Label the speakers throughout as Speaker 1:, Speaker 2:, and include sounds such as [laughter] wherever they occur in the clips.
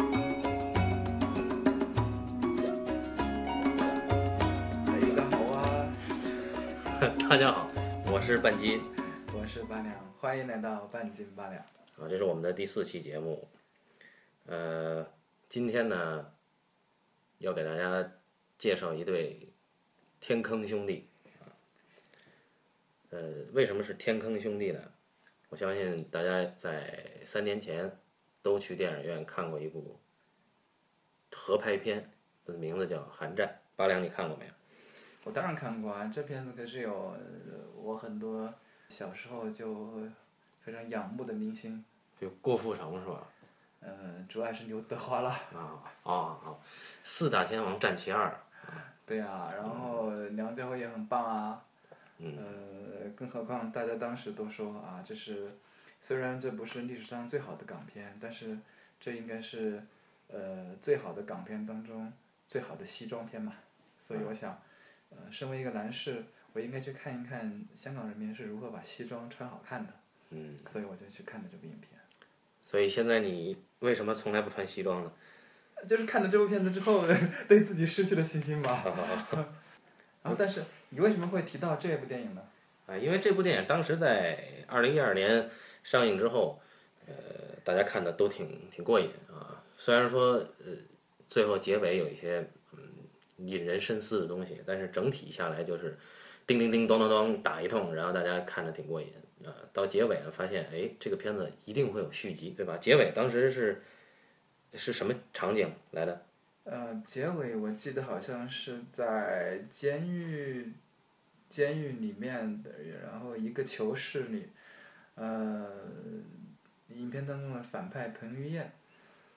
Speaker 1: 哎啊
Speaker 2: [laughs] 大家好，我是半斤，
Speaker 1: 我是八两，欢迎来到半斤八两。
Speaker 2: 啊，这是我们的第四期节目。呃，今天呢，要给大家介绍一对天坑兄弟。呃，为什么是天坑兄弟呢？我相信大家在三年前都去电影院看过一部合拍片，它的名字叫《寒战》。八两，你看过没有？
Speaker 1: 我当然看过啊，这片子可是有呃我很多小时候就非常仰慕的明星，
Speaker 2: 就郭富城是吧？
Speaker 1: 呃，主要是刘德华了。
Speaker 2: 啊啊啊！四大天王占其二，
Speaker 1: 对啊，然后梁家辉也很棒啊。呃，更何况大家当时都说啊，这是虽然这不是历史上最好的港片，但是这应该是呃最好的港片当中最好的西装片嘛。所以我想，呃，身为一个男士，我应该去看一看香港人民是如何把西装穿好看的。
Speaker 2: 嗯，
Speaker 1: 所以我就去看了这部影片。
Speaker 2: 所以现在你为什么从来不穿西装呢？
Speaker 1: 就是看了这部片子之后， [laughs] 对自己失去了信心吧。然后，但是你为什么会提到这部电影呢？
Speaker 2: 啊，因为这部电影当时在二零一二年上映之后，呃，大家看的都挺挺过瘾啊。虽然说呃，最后结尾有一些嗯引人深思的东西，但是整体下来就是叮叮叮咚咚咚打一通，然后大家看着挺过瘾啊。到结尾了，发现哎，这个片子一定会有续集，对吧？结尾当时是是什么场景来的？
Speaker 1: 呃，结尾我记得好像是在监狱，监狱里面的，然后一个囚室里，呃，影片当中的反派彭于晏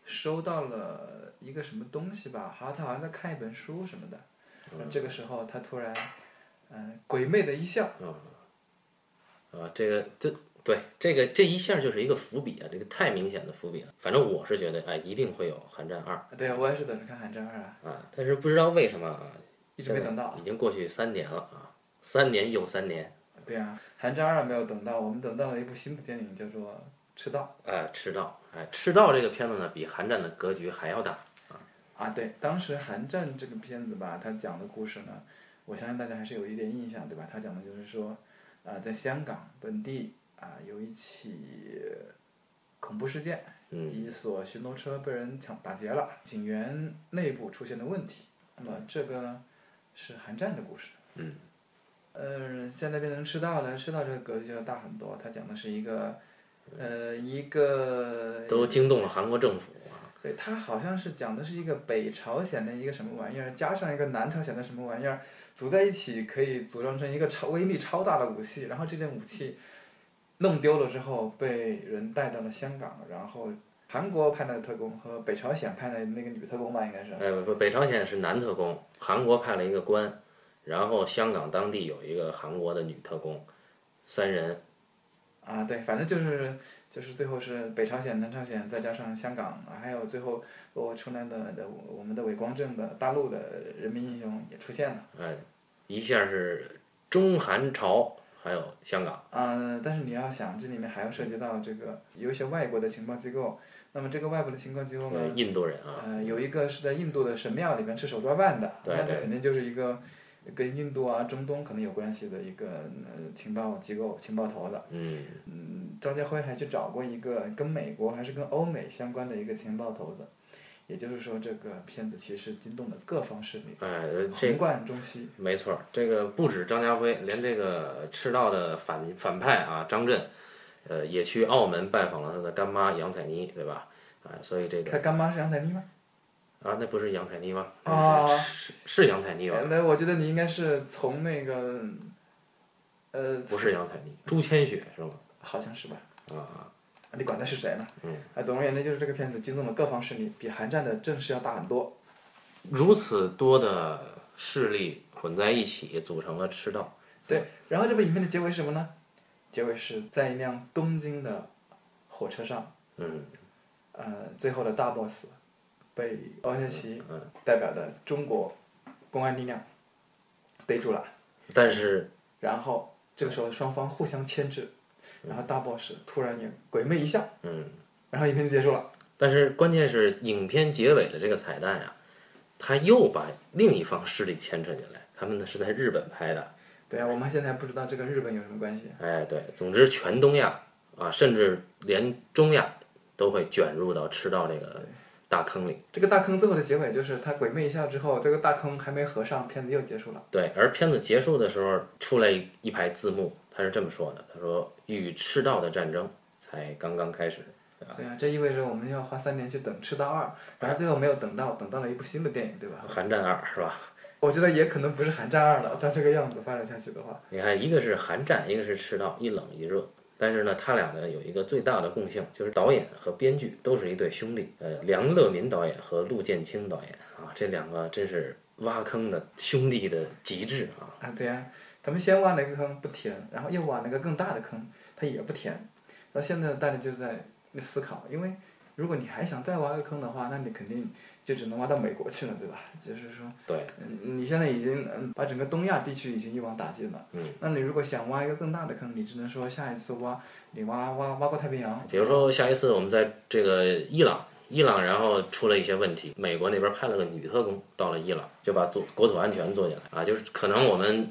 Speaker 1: 收到了一个什么东西吧，好像他好像在看一本书什么的，然后这个时候他突然，嗯、鬼魅的一笑，
Speaker 2: 啊，这个这对这个这一下就是一个伏笔啊，这个太明显的伏笔了。反正我是觉得，哎，一定会有《寒战二
Speaker 1: 对啊我也是等着看《寒战二》啊，》
Speaker 2: 啊，但是不知道为什么啊，
Speaker 1: 一直没等到。
Speaker 2: 已经过去三年了啊，三年又三年
Speaker 1: 对啊，《寒战二》没有等到，我们等到了一部新的电影，叫做《赤道
Speaker 2: 啊，赤道，哎，赤道这个片子呢，比《寒战》的格局还要大。》
Speaker 1: 啊。对，当时《寒战》这个片子吧，它讲的故事呢，我相信大家还是有一点印象，对吧？它讲的就是说，啊、在香港本地啊、有一起恐怖事件，
Speaker 2: 嗯
Speaker 1: 一所巡逻车被人抢打劫了，警员内部出现了问题。那么这个呢，是《寒战》的故事。
Speaker 2: 嗯。
Speaker 1: 呃，现在变成赤道了，赤道这个格局就大很多。它讲的是一个，呃，一个
Speaker 2: 都惊动了韩国政府啊，
Speaker 1: 对，它好像是讲的是一个北朝鲜的一个什么玩意儿，加上一个南朝鲜的什么玩意儿，组在一起可以组装成一个超威力超大的武器。然后这件武器弄丢了之后，被人带到了香港，然后韩国派来的特工和北朝鲜派来的那个女特工吧，应该是。
Speaker 2: 哎，不，北朝鲜是男特工，韩国派了一个官，然后香港当地有一个韩国的女特工，三人
Speaker 1: 啊，对，反正就是就是最后是北朝鲜、南朝鲜，再加上香港，还有最后我出来的的我们的伟光正的大陆的人民英雄也出现了。
Speaker 2: 哎，一下是中韩朝，还有香港，
Speaker 1: 嗯，但是你要想，这里面还要涉及到这个有一些外国的情报机构，那么这个外国的情报机构
Speaker 2: 呃
Speaker 1: 呢，
Speaker 2: 印度人啊，
Speaker 1: 呃，有一个是在印度的神庙里面吃手抓饭的，
Speaker 2: 对
Speaker 1: 那这
Speaker 2: 对
Speaker 1: 肯定就是一个跟印度啊、中东可能有关系的一个呃情报机构、情报头子。
Speaker 2: 嗯，
Speaker 1: 嗯，张家辉还去找过一个跟美国还是跟欧美相关的一个情报头子，也就是说，这个片子其实惊动了各方势力，
Speaker 2: 哎，呃这
Speaker 1: 横贯中西。
Speaker 2: 没错儿，这个不止张家辉，连这个赤道的反反派啊张震，呃，也去澳门拜访了他的干妈杨采妮，对吧？啊、所以这个
Speaker 1: 他干妈是杨采妮吗？
Speaker 2: 啊，那不是杨采妮吗？哎
Speaker 1: 哦哎
Speaker 2: 是是杨采妮吧？
Speaker 1: 那我觉得你应该是从那个，呃，
Speaker 2: 不是杨采妮，朱千雪是吗？
Speaker 1: 好像是吧？
Speaker 2: 啊，
Speaker 1: 你管他是谁呢？嗯。啊，总而言之，就是这个片子惊动了各方势力，比《寒战》的正式要大很多。
Speaker 2: 如此多的势力混在一起，组成了赤道。
Speaker 1: 对，然后这部影片的结尾是什么呢？结尾是在一辆东京的火车上，
Speaker 2: 嗯，
Speaker 1: 呃，最后的大 boss 被王学圻
Speaker 2: 嗯
Speaker 1: 代表的中国公安力量逮住了。
Speaker 2: 但是
Speaker 1: 然后这个时候双方互相牵制，然后大 boss 突然也鬼魅一笑，
Speaker 2: 嗯，
Speaker 1: 然后影片就结束了。
Speaker 2: 但是关键是影片结尾的这个彩蛋啊，他又把另一方势力牵扯进来，他们呢是在日本拍的，
Speaker 1: 对啊，我们现在还不知道这跟日本有什么关系。
Speaker 2: 哎，对，总之全东亚啊，甚至连中亚都会卷入到吃到这个大坑里。
Speaker 1: 这个大坑最后的结尾就是他鬼魅一笑之后，这个大坑还没合上，片子又结束了。
Speaker 2: 对，而片子结束的时候出来一排字幕，他是这么说的：“他说与赤道的战争才刚刚开始。”
Speaker 1: 对啊，这意味着我们要花三年去等《赤道二》，然后最后没有等到，等到了一部新的电影，对吧？
Speaker 2: 寒战二是吧？
Speaker 1: 我觉得也可能不是寒战二了，照这个样子发展下去的话。
Speaker 2: 你看，一个是寒战，一个是赤道，一冷一热。但是呢，他俩呢有一个最大的共性，就是导演和编剧都是一对兄弟。呃，梁乐民导演和陆建清导演啊，这两个真是挖坑的兄弟的极致啊！
Speaker 1: 啊，对呀、啊，他们先挖了一个坑不填，然后又挖了个更大的坑，他也不填。然后现在大家就在思考，因为如果你还想再挖个坑的话，那你肯定。就只能挖到美国去了，对吧？就是说，嗯
Speaker 2: 对，
Speaker 1: 你现在已经把整个东亚地区已经一网打尽了。
Speaker 2: 嗯，
Speaker 1: 那你如果想挖一个更大的坑，你只能说下一次挖，你挖挖挖过太平洋。
Speaker 2: 比如说下一次我们在这个伊朗，伊朗然后出了一些问题，美国那边派了个女特工到了伊朗，就把做国土安全做进来啊，就是可能我们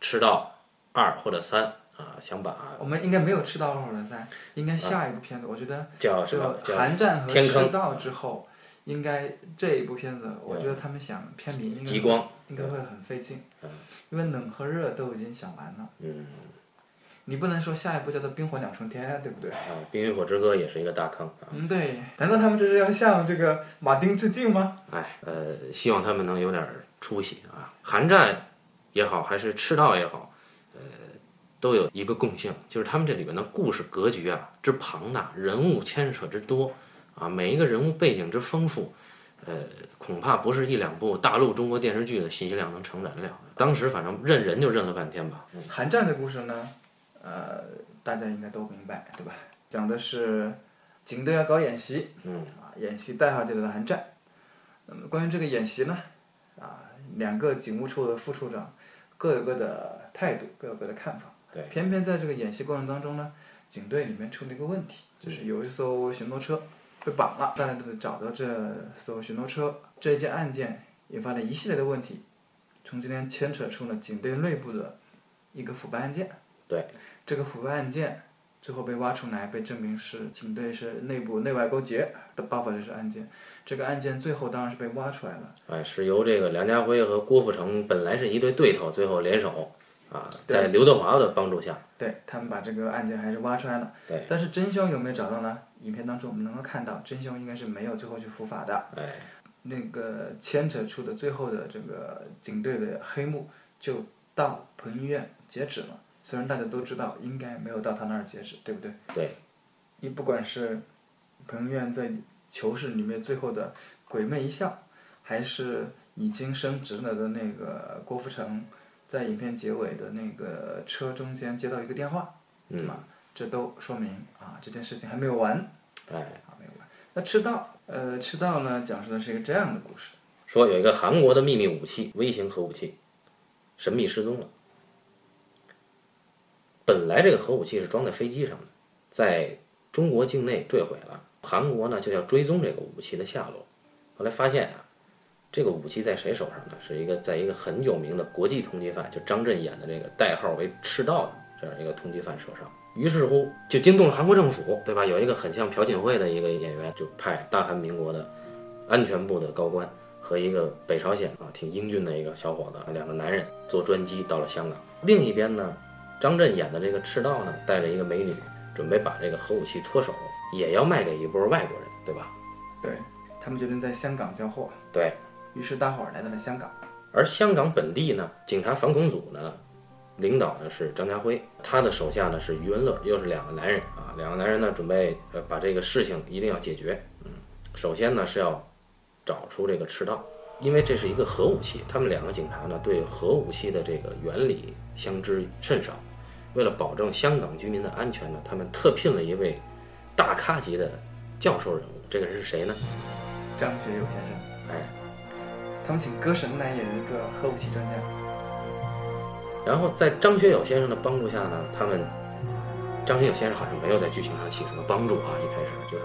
Speaker 2: 吃到二或者三。啊，想把
Speaker 1: 我们应该没有吃到二或者三，应该下一部片子，我觉得
Speaker 2: 叫什么？啊叫
Speaker 1: 寒战和
Speaker 2: 天
Speaker 1: 赤
Speaker 2: 坑
Speaker 1: 道之后。应该这一部片子，我觉得他们想片名应该
Speaker 2: 极光
Speaker 1: 应该会很费劲
Speaker 2: 嗯，
Speaker 1: 因为冷和热都已经想完了，
Speaker 2: 嗯，
Speaker 1: 你不能说下一部叫做《冰火两重天》，对不对？
Speaker 2: 啊，《冰与火之歌》也是一个大坑啊。
Speaker 1: 嗯，对。难道他们这是要向这个马丁致敬吗？
Speaker 2: 哎，呃，希望他们能有点出息啊。寒战也好，还是赤道也好，呃，都有一个共性，就是他们这里边的故事格局啊之庞大，人物牵扯之多啊，每一个人物背景之丰富，呃，恐怕不是一两部大陆中国电视剧的信息量能承载得了。当时反正认人就认了半天吧。
Speaker 1: 寒战的故事呢，呃，大家应该都明白，对吧？讲的是警队要搞演习，
Speaker 2: 嗯，
Speaker 1: 啊，演习代号就叫寒战。那么关于这个演习呢，啊，两个警务处的副处长各有各的态度，各有各的看法。
Speaker 2: 对
Speaker 1: 偏偏在这个演习过程当中呢，警队里面出了一个问题，就是有一艘巡逻车被绑了，大家都得找到这艘巡逻车。这一件案件引发了一系列的问题，从中间牵扯出了警队内部的一个腐败案件。
Speaker 2: 对，
Speaker 1: 这个腐败案件最后被挖出来，被证明是警队是内部内外勾结的爆发的是案件。这个案件最后当然是被挖出来了。
Speaker 2: 哎，是由这个梁家辉和郭富城本来是一对对头，最后联手啊，
Speaker 1: 对
Speaker 2: 在刘德华的帮助下，
Speaker 1: 对他们把这个案件还是挖出来了，
Speaker 2: 对
Speaker 1: 但是真凶有没有找到呢？影片当中我们能够看到，真凶应该是没有最后去伏法的。
Speaker 2: 哎，
Speaker 1: 那个牵扯出的最后的这个警队的黑幕，就到彭于晏截止了。虽然大家都知道应该没有到他那儿截止，对不对？
Speaker 2: 对。
Speaker 1: 你不管是彭于晏在《囚室》里面最后的鬼魅一笑，还是已经升职了的那个郭富城，在影片结尾的那个车中间接到一个电话，
Speaker 2: 嗯，
Speaker 1: 啊，这都说明啊这件事情还没有完
Speaker 2: 哎。
Speaker 1: 啊没有完。那赤道，呃，赤道呢讲述的是一个这样的故事，
Speaker 2: 说有一个韩国的秘密武器，微型核武器，神秘失踪了。本来这个核武器是装在飞机上的，在中国境内坠毁了。韩国呢就要追踪这个武器的下落，后来发现啊，这个武器在谁手上呢？是一个在一个很有名的国际通缉犯，就张震演的这个代号为赤道的这样一个通缉犯手上。于是乎就惊动了韩国政府，对吧？有一个很像朴槿惠的一个演员，就派大韩民国的安全部的高官。和一个北朝鲜啊挺英俊的一个小伙子，两个男人坐专机到了香港。另一边呢，张震演的这个赤道呢，带着一个美女，准备把这个核武器脱手，也要卖给一波外国人，对吧？
Speaker 1: 对他们决定在香港交货，
Speaker 2: 对。
Speaker 1: 于是大伙儿来到了香港，
Speaker 2: 而香港本地呢，警察反恐组呢，领导呢是张家辉，他的手下呢是余文乐，又是两个男人啊，两个男人呢准备呃把这个事情一定要解决。嗯，首先呢是要找出这个赤道，因为这是一个核武器，他们两个警察呢对核武器的这个原理相知甚少。为了保证香港居民的安全呢，他们特聘了一位大咖级的教授人物，这个人是谁呢？
Speaker 1: 张学友先生，
Speaker 2: 哎，
Speaker 1: 他们请歌神来演一个核武器专家，
Speaker 2: 然后在张学友先生的帮助下呢，他们张学友先生好像没有在剧情上起什么帮助啊，一开始就是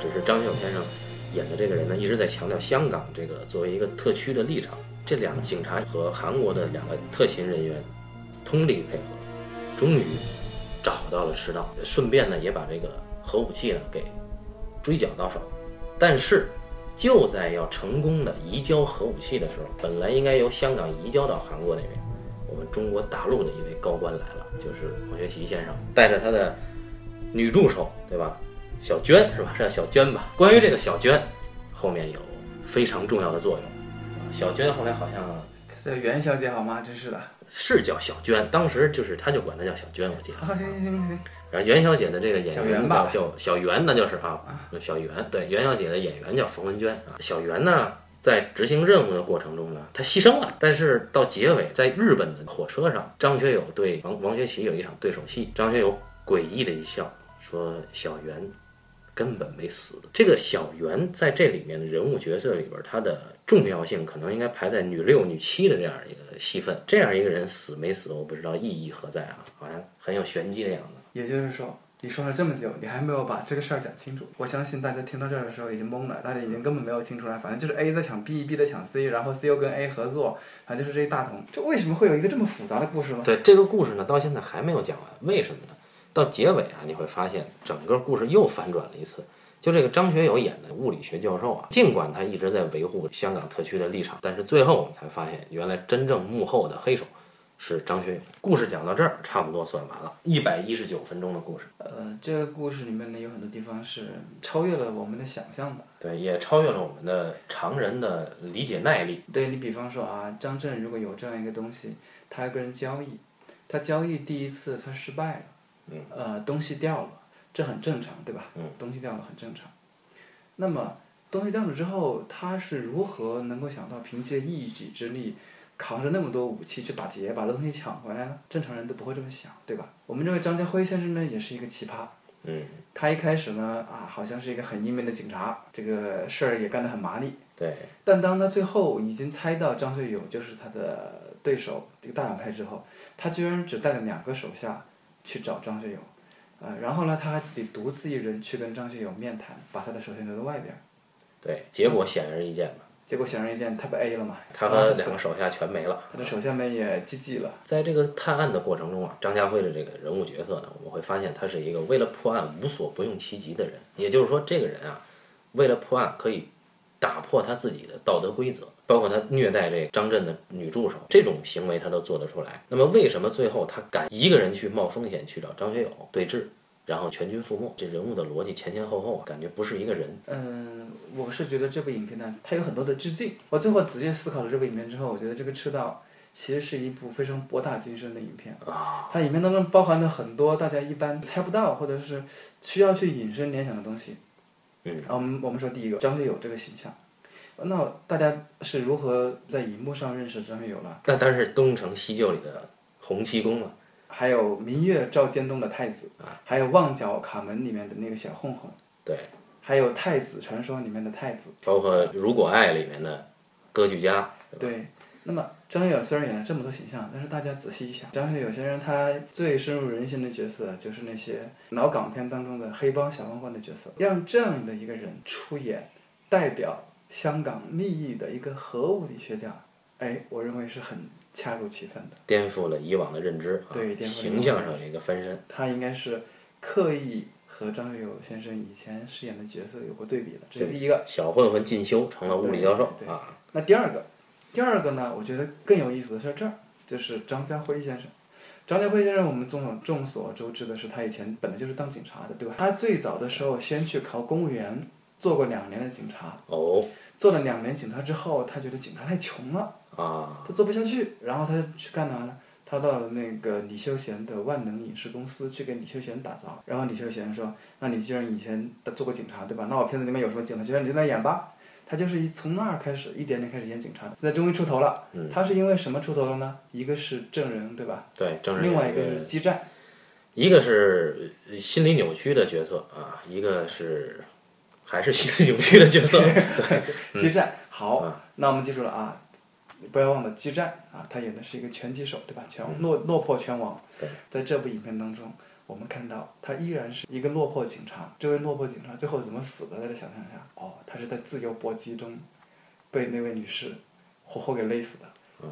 Speaker 2: 只是张学友先生演的这个人呢一直在强调香港这个作为一个特区的立场。这两个警察和韩国的两个特勤人员通力配合，终于找到了赤道，顺便呢也把这个核武器呢给追缴到手。但是就在要成功的移交核武器的时候，本来应该由香港移交到韩国那边，我们中国大陆的一位高官来了，就是王学圻先生，带着他的女助手，对吧？小娟是吧？是叫小娟吧？关于这个小娟，后面有非常重要的作用。啊小娟后来好像
Speaker 1: 这袁小姐好吗？真是的。 [laughs]
Speaker 2: 是叫小娟，当时就是他就管她叫小娟，我记得。
Speaker 1: 好，行行行行，
Speaker 2: 然后袁小姐的这个演
Speaker 1: 小
Speaker 2: 员
Speaker 1: 袁
Speaker 2: 叫
Speaker 1: 吧
Speaker 2: 叫小袁，那就是啊，小袁对，袁小姐的演员叫冯文娟啊。小袁呢，在执行任务的过程中呢，她牺牲了，但是到结尾，在日本的火车上，张学友对王王学圻有一场对手戏，张学友诡异的一笑，说小袁根本没死。这个小袁在这里面的人物角色里边，她的重要性可能应该排在女六、女七的这样一个戏份。这样一个人死没死，我不知道意义何在啊，好像很有玄机的样子。
Speaker 1: 也就是说，你说了这么久，你还没有把这个事儿讲清楚。我相信大家听到这儿的时候已经懵了，大家已经根本没有听出来，反正就是 A 在抢 B，B 在抢 C，然后 C 又跟 A 合作，反正就是这一大通。这为什么会有一个这么复杂的故事呢？
Speaker 2: 对这个故事呢，到现在还没有讲完，为什么呢？到结尾啊，你会发现整个故事又反转了一次。就这个张学友演的物理学教授啊，尽管他一直在维护香港特区的立场，但是最后我们才发现，原来真正幕后的黑手是张学友。故事讲到这儿，差不多算完了，一百一十九分钟的故事，
Speaker 1: 呃，这个故事里面呢有很多地方是超越了我们的想象的。
Speaker 2: 对，也超越了我们的常人的理解耐力。
Speaker 1: 对你比方说啊，张震如果有这样一个东西，他要跟人交易，他交易第一次他失败了，呃，东西掉了，这很正常，对吧？东西掉了很正常。那么东西掉了之后，他是如何能够想到凭借一己之力，扛着那么多武器去打劫，把这东西抢回来呢？正常人都不会这么想，对吧？我们这位张家辉先生呢，也是一个奇葩。
Speaker 2: 嗯，
Speaker 1: 他一开始呢，啊，好像是一个很英明的警察，这个事儿也干得很麻利。
Speaker 2: 对，
Speaker 1: 但当他最后已经猜到张学友就是他的对手这个大反派之后，他居然只带了两个手下去找张学友，呃，然后呢，他还自己独自一人去跟张学友面谈，把他的手下留在外边儿。
Speaker 2: 对，结果显而易见嘛，
Speaker 1: 结果显而易见，他被 A 了嘛，
Speaker 2: 他
Speaker 1: 然
Speaker 2: 和
Speaker 1: 后
Speaker 2: 两个手下全没了。
Speaker 1: 他的手下们也 GG 了。
Speaker 2: 在这个探案的过程中啊，张家辉的这个人物角色呢，我们会发现他是一个为了破案无所不用其极的人。也就是说，这个人啊，为了破案可以打破他自己的道德规则，包括他虐待这张震的女助手这种行为，他都做得出来。那么，为什么最后他敢一个人去冒风险去找张学友对峙，然后全军覆没？这人物的逻辑前前后后啊，感觉不是一个人。
Speaker 1: 嗯，我是觉得这部影片呢，它有很多的致敬。我最后仔细思考了这部影片之后，我觉得这个《赤道》其实是一部非常博大精深的影片。啊。它里面当中包含了很多大家一般猜不到，或者是需要去引申联想的东西。
Speaker 2: 嗯。
Speaker 1: 我们我们说第一个张学友这个形象，那大家是如何在荧幕上认识张学友了？
Speaker 2: 那当然是《东成西就》里的洪七公了。
Speaker 1: 还有《明月照江东》的太子，还有《旺角卡门》里面的那个小混混，
Speaker 2: 啊对，
Speaker 1: 还有《太子传说》里面的太子。
Speaker 2: 包括《如果爱》里面的歌剧家。
Speaker 1: 对，那么张学友虽然演了这么多形象，但是大家仔细一想，张学友先生他最深入人心的角色就是那些老港片当中的黑帮小混混的角色，让这样的一个人出演代表香港利益的一个核物理学家，哎，我认为是很恰如其分的。
Speaker 2: 颠覆了以往的认知，啊
Speaker 1: 对颠覆了以往
Speaker 2: 形象上有一个翻身。
Speaker 1: 他应该是刻意和张学友先生以前饰演的角色有过对比的，这是第一个。
Speaker 2: 小混混进修成了物理教授
Speaker 1: 对
Speaker 2: 啊，
Speaker 1: 那第二个，第二个呢，我觉得更有意思的是这儿，就是张家辉先生。张家辉先生，我们众众所周知的是，他以前本来就是当警察的，对吧？他最早的时候先去考公务员，做过两年的警察，
Speaker 2: 哦
Speaker 1: 做了两年警察之后，他觉得警察太穷了，
Speaker 2: 啊，
Speaker 1: 他做不下去，然后他就去干嘛呢？他到了那个李修贤的万能影视公司去给李修贤打杂，然后李修贤说：“那你既然以前做过警察对吧？那我片子里面有什么警察，就让你来演吧。”他就是一从那儿开始一点点开始演警察的，现在终于出头了。他是因为什么出头了呢？一个是证人对吧？
Speaker 2: 对，正是
Speaker 1: 另外一
Speaker 2: 一
Speaker 1: 个是激战，
Speaker 2: 一个是呃心理扭曲的角色啊，一个是还是心理扭曲的
Speaker 1: [laughs]
Speaker 2: 角色，
Speaker 1: 激战好，那我们记住了啊，不要忘了激战啊，他演的是一个拳击手，对吧？拳落落魄拳王。在这部影片当中，我们看到他依然是一个落魄警察。这位落魄警察最后怎么死的？大家想象一下，哦，他是在自由搏击中被那位女士活活给勒死的。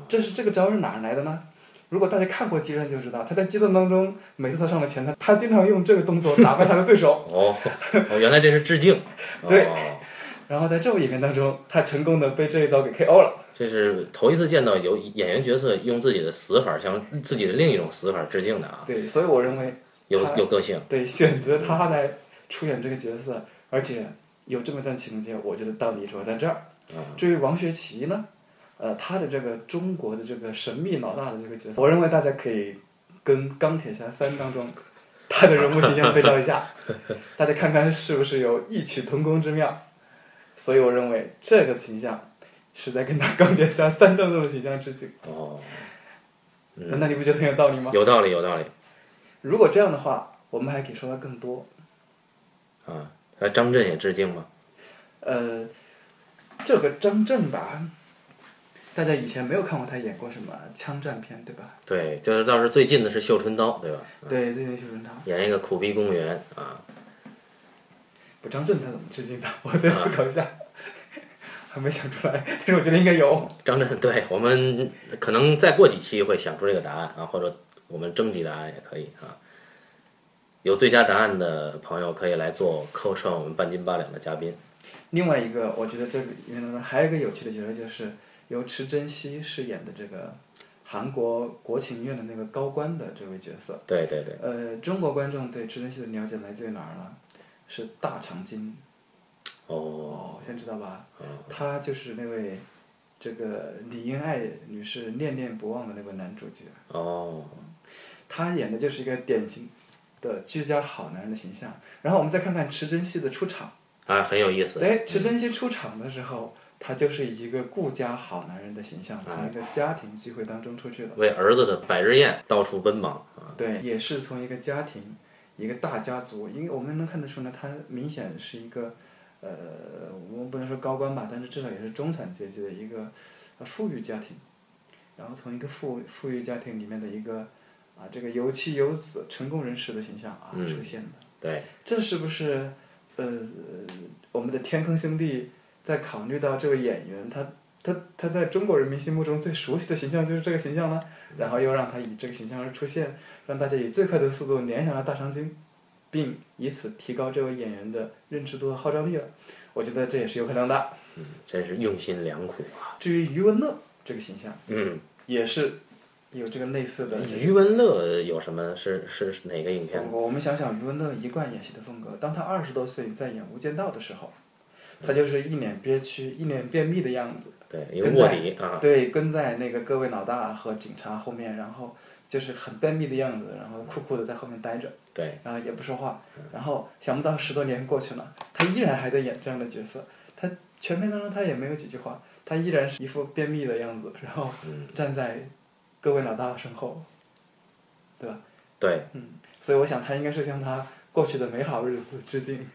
Speaker 1: 这是这个招是哪儿来的呢？如果大家看过《激战》就知道，他在激战当中，每次他上了前台，他经常用这个动作打败他的对手。 [laughs]
Speaker 2: 哦，哦原来这是致敬。
Speaker 1: 对
Speaker 2: 哦
Speaker 1: 然后在这部影片当中，他成功的被这一招给 KO 了。
Speaker 2: 这是头一次见到有演员角色用自己的死法向自己的另一种死法致敬的啊，
Speaker 1: 对，所以我认为，
Speaker 2: 有
Speaker 1: 他
Speaker 2: 有个性。
Speaker 1: 对选择他来出演这个角色，而且有这么一段情节，我觉得道理主要在这儿。至于王学圻呢，呃，他的这个中国的这个神秘老大的这个角色，我认为大家可以跟钢铁侠三当中他的人物形象对照一下， [laughs] 大家看看是不是有异曲同工之妙。所以我认为这个形象是在跟他钢铁侠三当中的形象致敬。
Speaker 2: 哦，
Speaker 1: 难道你不觉得很有道理吗？
Speaker 2: 有道理，有道理
Speaker 1: 如果这样的话，我们还可以说到更多。
Speaker 2: 啊。那张震也致敬吗？
Speaker 1: 呃，这个张震吧，大家以前没有看过他演过什么枪战片，对吧？
Speaker 2: 对，就是倒是最近的是《绣春刀》，对吧？
Speaker 1: 对，最近徐文涛，
Speaker 2: 演一个苦逼公务员啊，
Speaker 1: 不，张震他 [laughs] 怎么致敬的？我再思考一下，还没想出来，但是我觉得应该有。
Speaker 2: 张震，对我们可能再过几期会想出这个答案啊，或者我们征集答案也可以啊。有最佳答案的朋友可以来做客串我们半斤八两的嘉宾。
Speaker 1: 另外一个，我觉得这个里面当中还有一个有趣的角色，就是由池珍熙饰演的这个韩国国情院的那个高官的这位角色。
Speaker 2: 对对对，
Speaker 1: 呃，中国观众对池珍熙的了解来自于哪儿呢？是大长今。
Speaker 2: 哦，
Speaker 1: 哦，现在知道吧？他就是那位这个李英爱女士念念不忘的那位男主角，
Speaker 2: 哦，
Speaker 1: 他演的就是一个典型的居家好男人的形象。然后我们再看看池珍熙的出场，
Speaker 2: 啊，很有意思。
Speaker 1: 哎，池珍熙出场的时候，他就是以一个顾家好男人的形象，从一个家庭聚会当中出去的。
Speaker 2: 为儿子的百日宴到处奔忙，
Speaker 1: 对，也是从一个家庭，一个大家族，因为我们能看得出呢，他明显是一个，呃，我们不能说高官吧，但是至少也是中产阶级的一个呃富裕家庭，然后从一个富富裕家庭里面的一个啊这个有妻有子成功人士的形象啊、
Speaker 2: 嗯
Speaker 1: 出现的，
Speaker 2: 对，
Speaker 1: 这是不是呃我们的天坑兄弟在考虑到这位演员他？他他在中国人民心目中最熟悉的形象就是这个形象呢，然后又让他以这个形象而出现，让大家以最快的速度联想到大长今，并以此提高这位演员的认知度和号召力了。我觉得这也是有可能的。
Speaker 2: 嗯，真是用心良苦啊。
Speaker 1: 至于余文乐这个形象，
Speaker 2: 嗯，
Speaker 1: 也是有这个类似的。
Speaker 2: 余文乐有什么是是是哪个影片？
Speaker 1: 我我们想想余文乐一贯演戏的风格，当他二十多岁在演《无间道》的时候，他就是一脸憋屈、一脸便秘的样子，
Speaker 2: 对，一个
Speaker 1: 跟
Speaker 2: 卧
Speaker 1: 在
Speaker 2: 底啊，
Speaker 1: 对，跟在那个各位老大和警察后面，然后就是很便秘的样子，然后酷酷的在后面待着。
Speaker 2: 对，
Speaker 1: 然后也不说话，
Speaker 2: 嗯
Speaker 1: 然后想不到十多年过去了，他依然还在演这样的角色。他全片当中他也没有几句话，他依然是一副便秘的样子，然后
Speaker 2: 嗯
Speaker 1: 站在各位老大身后，对吧？
Speaker 2: 对，
Speaker 1: 嗯，所以我想他应该是向他过去的美好日子致敬。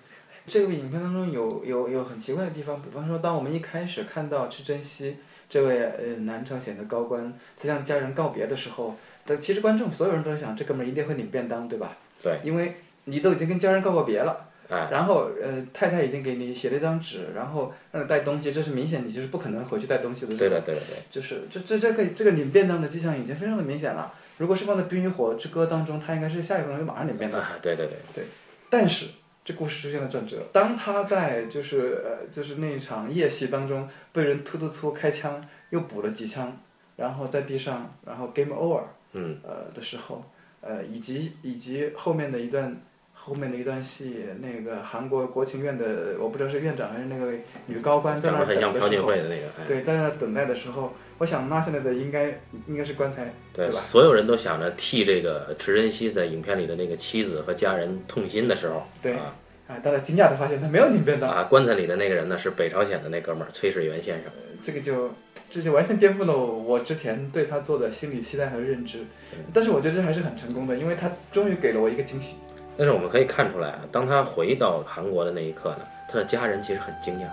Speaker 1: 这部影片当中有有有很奇怪的地方，比方说，当我们一开始看到池珍熙这位呃南朝鲜的高官在向家人告别的时候，但其实观众所有人都在想，这哥们儿一定会领便当，对吧？
Speaker 2: 对，
Speaker 1: 因为你都已经跟家人告过别了，
Speaker 2: 哎，
Speaker 1: 然后呃，太太已经给你写了一张纸，然后让你带东西，这是明显你就是不可能回去带东西的，
Speaker 2: 对的对的，
Speaker 1: 就是这这这个这个领便当的迹象已经非常的明显了。如果是放在《冰与火之歌》当中，他应该是下一分钟就马上领便当，
Speaker 2: 啊，对对对，
Speaker 1: 但是。这故事出现了转折。当他在就是呃就是那一场夜袭当中被人突突突开枪，又补了几枪，然后在地上然后 game over，
Speaker 2: 嗯，
Speaker 1: 呃的时候，呃，以及以及后面的一段后面的一段戏，那个韩国国情院的，我不知道是院长还是那个女高官在那
Speaker 2: 长
Speaker 1: 儿
Speaker 2: 得很
Speaker 1: 等
Speaker 2: 像
Speaker 1: 的
Speaker 2: 朴
Speaker 1: 时
Speaker 2: 槿
Speaker 1: 候，
Speaker 2: 惠的那个，哎，
Speaker 1: 对，在那儿等待的时候，我想拉下来的应该应该是棺材，对
Speaker 2: 对，
Speaker 1: 吧？
Speaker 2: 所有人都想着替这个池珍熙在影片里的那个妻子和家人痛心的时候，
Speaker 1: 对
Speaker 2: 啊
Speaker 1: 啊，大家惊讶的发现他没有领便当，
Speaker 2: 啊，棺材里的那个人呢是北朝鲜的那哥们儿崔始源先生，
Speaker 1: 这个就这就完全颠覆了我之前对他做的心理期待和认知。但是我觉得这还是很成功的，因为他终于给了我一个惊喜。
Speaker 2: 但是我们可以看出来啊，当他回到韩国的那一刻呢，他的家人其实很惊讶，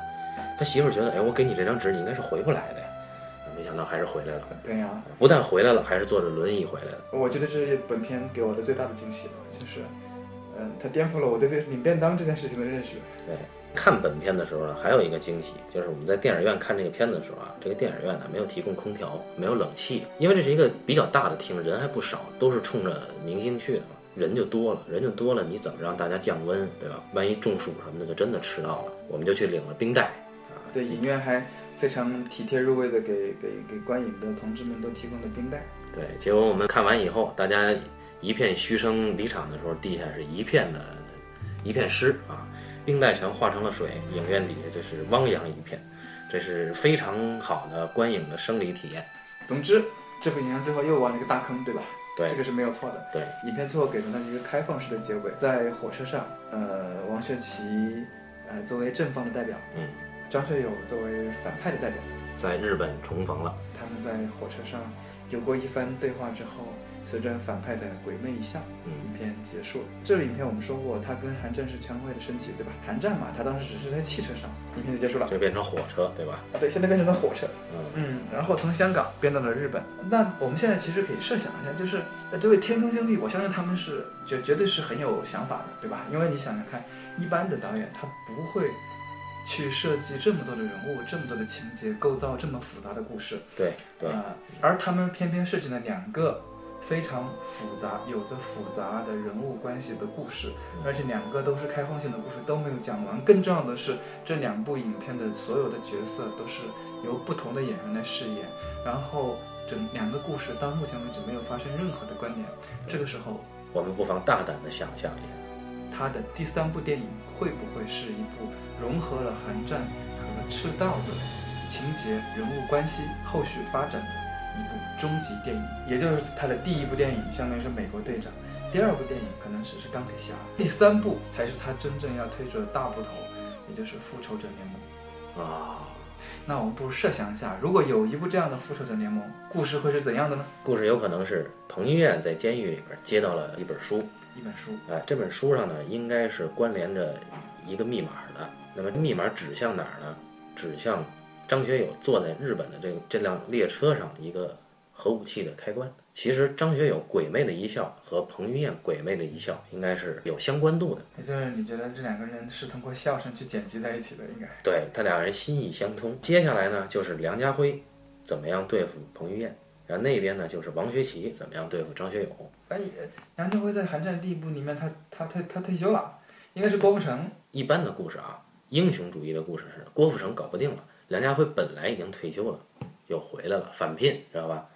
Speaker 2: 他媳妇儿觉得，哎，我给你这张纸，你应该是回不来的呀，没想到还是回来了，
Speaker 1: 对呀、
Speaker 2: 不但回来了，还是坐着轮椅回来了。
Speaker 1: 我觉得这是本片给我的呃
Speaker 2: 啊
Speaker 1: 最大的惊喜，就是，嗯，它颠覆了我对领便当这件事情的认识。
Speaker 2: 对，看本片的时候呢，还有一个惊喜，就是我们在电影院看这个片子的时候啊，这个电影院呢没有提供空调，没有冷气，因为这是一个比较大的厅，人还不少，都是冲着明星去的嘛，人就多了，人就多了，你怎么让大家降温，对吧？万一中暑什么的，就真的迟到了，我们就去领了冰袋。
Speaker 1: 对，影院还非常体贴入微的给给给观影的同志们都提供了冰袋。
Speaker 2: 对，结果我们看完以后，大家一片嘘声离场的时候，地下是一片的，一片湿啊，冰袋全化成了水，影院底下就是汪洋一片，这是非常好的观影的生理体验。
Speaker 1: 总之，这部影片最后又挖了一个大坑，对吧？
Speaker 2: 对，
Speaker 1: 这个是没有错的。
Speaker 2: 对，
Speaker 1: 影片最后给了它一个开放式的结尾，在火车上，呃，王学圻，呃，作为正方的代表，
Speaker 2: 嗯，
Speaker 1: 张学友作为反派的代表，
Speaker 2: 在日本重逢了。
Speaker 1: 他们在火车上。有过一番对话之后，随着反派的鬼魅一笑，
Speaker 2: 嗯
Speaker 1: 影片结束了。这个影片我们说过，它跟韩战是全方位的升级，对吧？韩战嘛，它当时只是在汽车上，影片就结束了。
Speaker 2: 就变成火车，对吧？
Speaker 1: 啊，对，现在变成了火车。
Speaker 2: 嗯，
Speaker 1: 嗯，然后从香港编到了日本。那我们现在其实可以设想一下，就是呃，这位天坑经理，我相信他们是绝绝对是很有想法的，对吧？因为你想想看，一般的导演他不会去设计这么多的人物、这么多的情节，构造这么复杂的故事。
Speaker 2: 对对，
Speaker 1: 呃，而他们偏偏设计了两个非常复杂、有着复杂的人物关系的故事，而且两个都是开放性的故事都没有讲完。更重要的是，这两部影片的所有的角色都是由不同的演员来饰演，然后整两个故事到目前为止没有发生任何的关联。这个时候，
Speaker 2: 我们不妨大胆的想象一下，
Speaker 1: 他的第三部电影会不会是一部融合了寒战和赤道的情节、人物关系、后续发展的一部终极电影？也就是他的第一部电影，相当于是《美国队长》，第二部电影可能只是《钢铁侠》，第三部才是他真正要推出的大部头，也就是《复仇者联盟》。
Speaker 2: 啊，
Speaker 1: 那我们不如设想一下，如果有一部这样的《复仇者联盟》，故事会是怎样的呢？
Speaker 2: 故事有可能是彭于晏在监狱里边接到了一本书，
Speaker 1: 一本书，
Speaker 2: 哎，这本书上呢，应该是关联着一个密码的。那么密码指向哪儿呢？指向张学友坐在日本的这个这辆列车上一个核武器的开关。其实张学友鬼魅的一笑和彭于晏鬼魅的一笑应该是有相关度的，
Speaker 1: 也就是你觉得这两个人是通过笑声去剪辑在一起的，应该。
Speaker 2: 对他俩人心意相通。接下来呢，就是梁家辉怎么样对付彭于晏，然后那边呢就是王学圻怎么样对付张学友。
Speaker 1: 哎，杨家辉在韩战第一部里面他，他他他退休了，应该是郭富城。
Speaker 2: 一般的故事啊，英雄主义的故事是郭富城搞不定了，梁家辉本来已经退休了，又回来了，返聘，知道吧？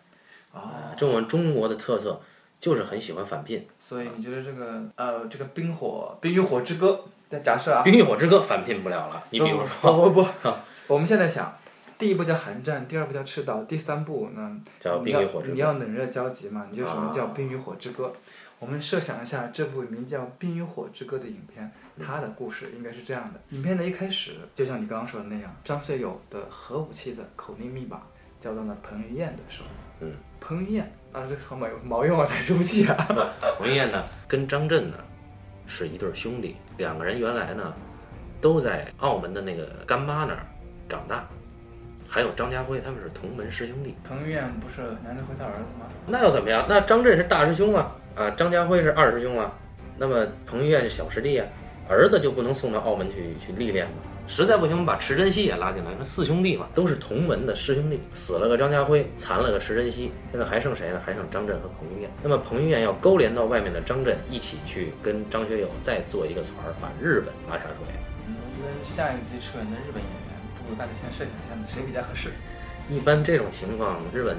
Speaker 2: 啊，这我们中国的特色就是很喜欢返聘，
Speaker 1: 所以你觉得这个呃，这个冰火《冰与火之歌》？但假设
Speaker 2: 《
Speaker 1: 啊，
Speaker 2: 冰与火之歌》返聘不了了。你比如说，
Speaker 1: 不不不，
Speaker 2: [laughs]
Speaker 1: 我们现在想，第一部叫寒战，第二部叫赤道，第三部呢，
Speaker 2: 叫《
Speaker 1: 你
Speaker 2: 冰
Speaker 1: 要
Speaker 2: 与火之
Speaker 1: 你
Speaker 2: 歌》，啊
Speaker 1: 要冷热交集嘛，你就只能叫《冰与火之歌》我们设想一下，这部名叫《冰与火之歌》的影片，它的故事应该是这样的：影片的一开始，就像你刚刚说的那样，张学友的核武器的口令密码交到了彭于晏的手里。
Speaker 2: 嗯，
Speaker 1: 彭于晏啊，这好毛毛用啊，排出不去啊。
Speaker 2: 彭于晏呢跟张震呢是一对兄弟，两个人原来呢都在澳门的那个干妈那儿长大，还有张家辉他们是同门师兄弟。
Speaker 1: 彭于晏不是梁家辉他儿子吗？
Speaker 2: 那又怎么样？那张震是大师兄啊，啊，张家辉是二师兄啊，那么彭于晏是小师弟啊，儿子就不能送到澳门去去历练吗？实在不行，我们把池珍熙也拉进来，那四兄弟嘛，都是同门的师兄弟，死了个张家辉，残了个池珍熙，现在还剩谁呢？还剩张震和彭于晏。那么彭于晏要勾连到外面的张震一起去跟张学友再做一个船儿，把日本拉下水。
Speaker 1: 嗯，我觉得下一集出演的日本演员，不如大家先设想一下谁比较合适。
Speaker 2: 一般这种情况，日本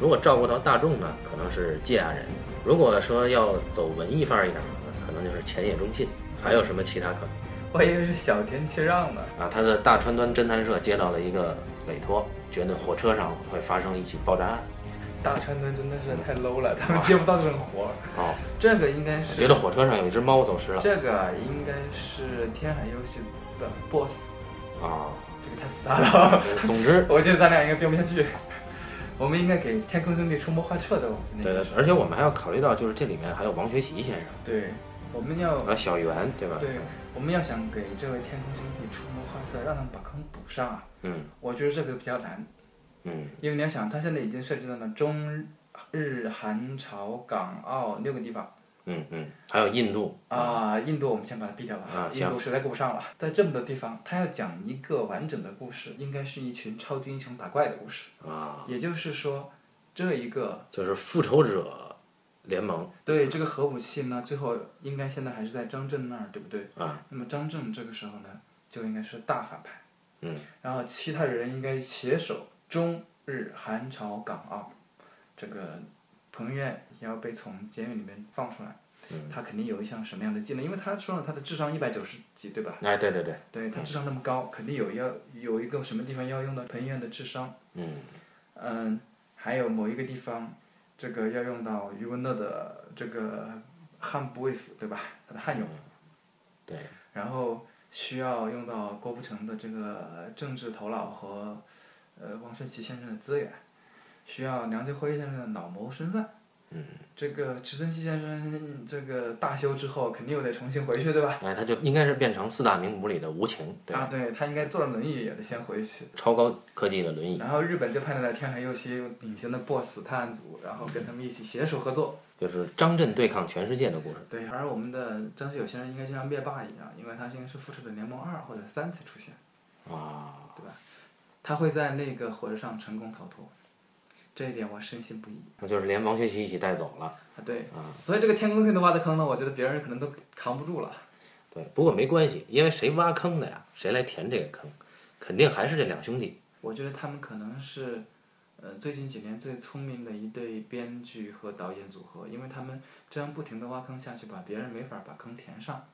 Speaker 2: 如果照顾到大众呢，可能是芥雅人；如果说要走文艺范儿一点儿呢，可能就是前野忠信。还有什么其他可能
Speaker 1: 我以为是小田切让呢。
Speaker 2: 啊？他的大川端侦探社接到了一个委托，觉得火车上会发生一起爆炸案，
Speaker 1: 大川端真的是太 low 了，他们接不到这种活儿。
Speaker 2: 哦，
Speaker 1: [laughs] 这个应该是
Speaker 2: 觉得火车上有一只猫走失了
Speaker 1: 这个应该是天海游戏的 boss， [laughs]
Speaker 2: 啊。
Speaker 1: 这个太复杂了， [laughs]
Speaker 2: 总之，
Speaker 1: 我觉得咱俩应该编不下去。 [laughs] 我们应该给天空兄弟出谋划策的，我们
Speaker 2: 对对
Speaker 1: 那
Speaker 2: 对，而且我们还要考虑到，就是这里面还有王学圻先生
Speaker 1: 对，我们要
Speaker 2: 啊，小袁，对吧？
Speaker 1: 对，我们要想给这位天空兄弟出谋划策，让他们把坑补上啊。
Speaker 2: 嗯
Speaker 1: 我觉得这个比较难，
Speaker 2: 嗯，
Speaker 1: 因为你要想，他现在已经涉及到了中日韩朝港澳六个地方，
Speaker 2: 嗯嗯，还有印度
Speaker 1: 啊，印度我们先把它毙掉吧，
Speaker 2: 啊
Speaker 1: 印度实在顾不上了。在这么多地方，他要讲一个完整的故事，应该是一群超级英雄打怪的故事。
Speaker 2: 啊，
Speaker 1: 也就是说，这一个
Speaker 2: 就是复仇者联盟
Speaker 1: 对这个核武器呢，最后应该现在还是在张震那儿，对不对？
Speaker 2: 啊。
Speaker 1: 那么张震这个时候呢，就应该是大反派。
Speaker 2: 嗯。
Speaker 1: 然后其他人应该携手中日韩朝港澳，这个彭于晏也要被从监狱里面放出来。
Speaker 2: 嗯
Speaker 1: 他肯定有一项什么样的技能？因为他说了他的智商一百九十几，对吧？
Speaker 2: 哎，对对对，
Speaker 1: 对他智商那么高，肯定有要有一个什么地方要用到彭于晏的智商。
Speaker 2: 嗯
Speaker 1: 嗯，还有某一个地方，这个要用到余文乐的这个汉不畏死，对吧？他的汉勇。
Speaker 2: 嗯对。
Speaker 1: 然后需要用到郭富城的这个政治头脑和呃王顺奇先生的资源，需要梁家辉先生的老谋深算。
Speaker 2: 嗯。
Speaker 1: 这个池珍熙先生这个大修之后，肯定又得重新回去，对吧？
Speaker 2: 哎，他就应该是变成四大名捕里的无情，对，
Speaker 1: 啊，对他应该坐着轮椅也得先回去。
Speaker 2: 超高科技的轮椅，
Speaker 1: 然后日本就派了天海佑希领衔的 BOSS 探案组，然后跟他们一起携手合作。
Speaker 2: 就是张震对抗全世界的故事。
Speaker 1: 对，而我们的张学友先生应该就像灭霸一样，因为他应该是复仇者联盟二或者三才出现，
Speaker 2: 啊，
Speaker 1: 他会在那个火车上成功逃脱，这一点我深信不疑。
Speaker 2: 那就是连王学圻一起带走了。
Speaker 1: 啊，对，所以这个天宫最能挖的坑呢，我觉得别人可能都扛不住了。
Speaker 2: 对，不过没关系，因为谁挖坑的呀，谁来填这个坑，肯定还是这两兄弟。
Speaker 1: 我觉得他们可能是，呃，最近几年最聪明的一对编剧和导演组合，因为他们这样不停的挖坑下去，把别人没法把坑填上。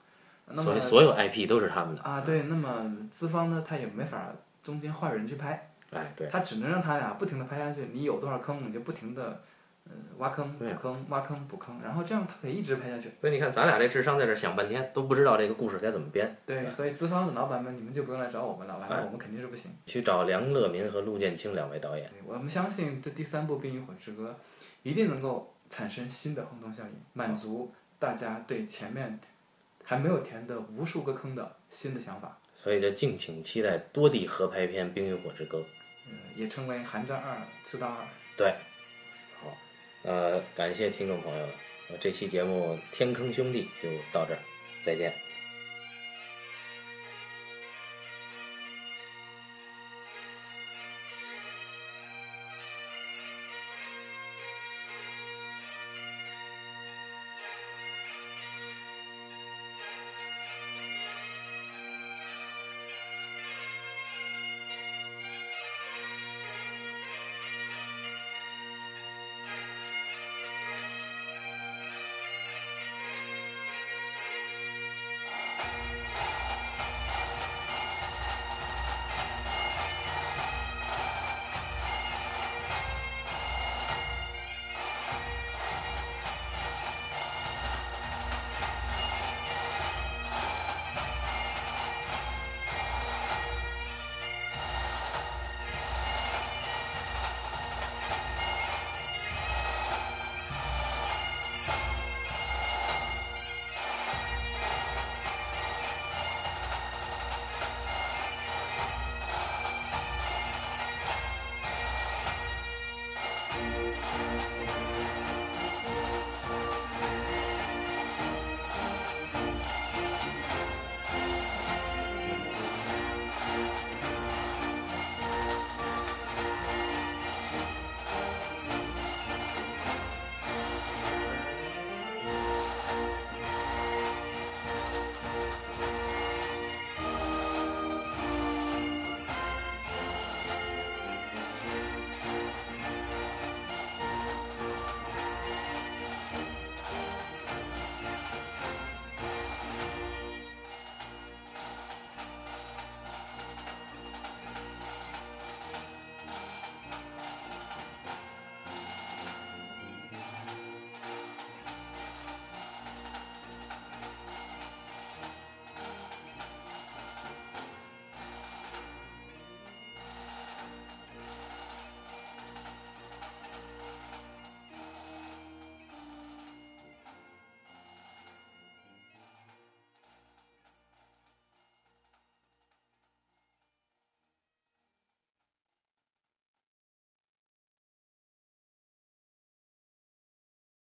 Speaker 1: 那
Speaker 2: 所
Speaker 1: 么
Speaker 2: 以所有 IP 都是他们的。
Speaker 1: 啊，对，那么资方呢，他也没法儿中间换人去拍，
Speaker 2: 哎，对，
Speaker 1: 他只能让他俩不停的拍下去。你有多少坑，你就不停的，呃，挖坑补
Speaker 2: 对啊
Speaker 1: 坑，挖坑补坑，然后这样他可以一直拍下去。
Speaker 2: 所以你看，咱俩这智商在这想半天，都不知道这个故事该怎么编。
Speaker 1: 对，所以资方的老板们，你们就不用来找我们了，
Speaker 2: 哎
Speaker 1: 反正我们肯定是不行。
Speaker 2: 去找梁乐民和陆建清两位导演。
Speaker 1: 对，我们相信这第三部《冰与火之歌》一定能够产生新的轰动效应，满足大家对前面还没有填的无数个坑的新的想法。
Speaker 2: 所以就敬请期待多地合拍片《冰与火之歌》。
Speaker 1: 嗯，也称为《寒战二》《赤道二》。
Speaker 2: 对，好，呃，感谢听众朋友们，呃这期节目《天坑兄弟》就到这儿，再见。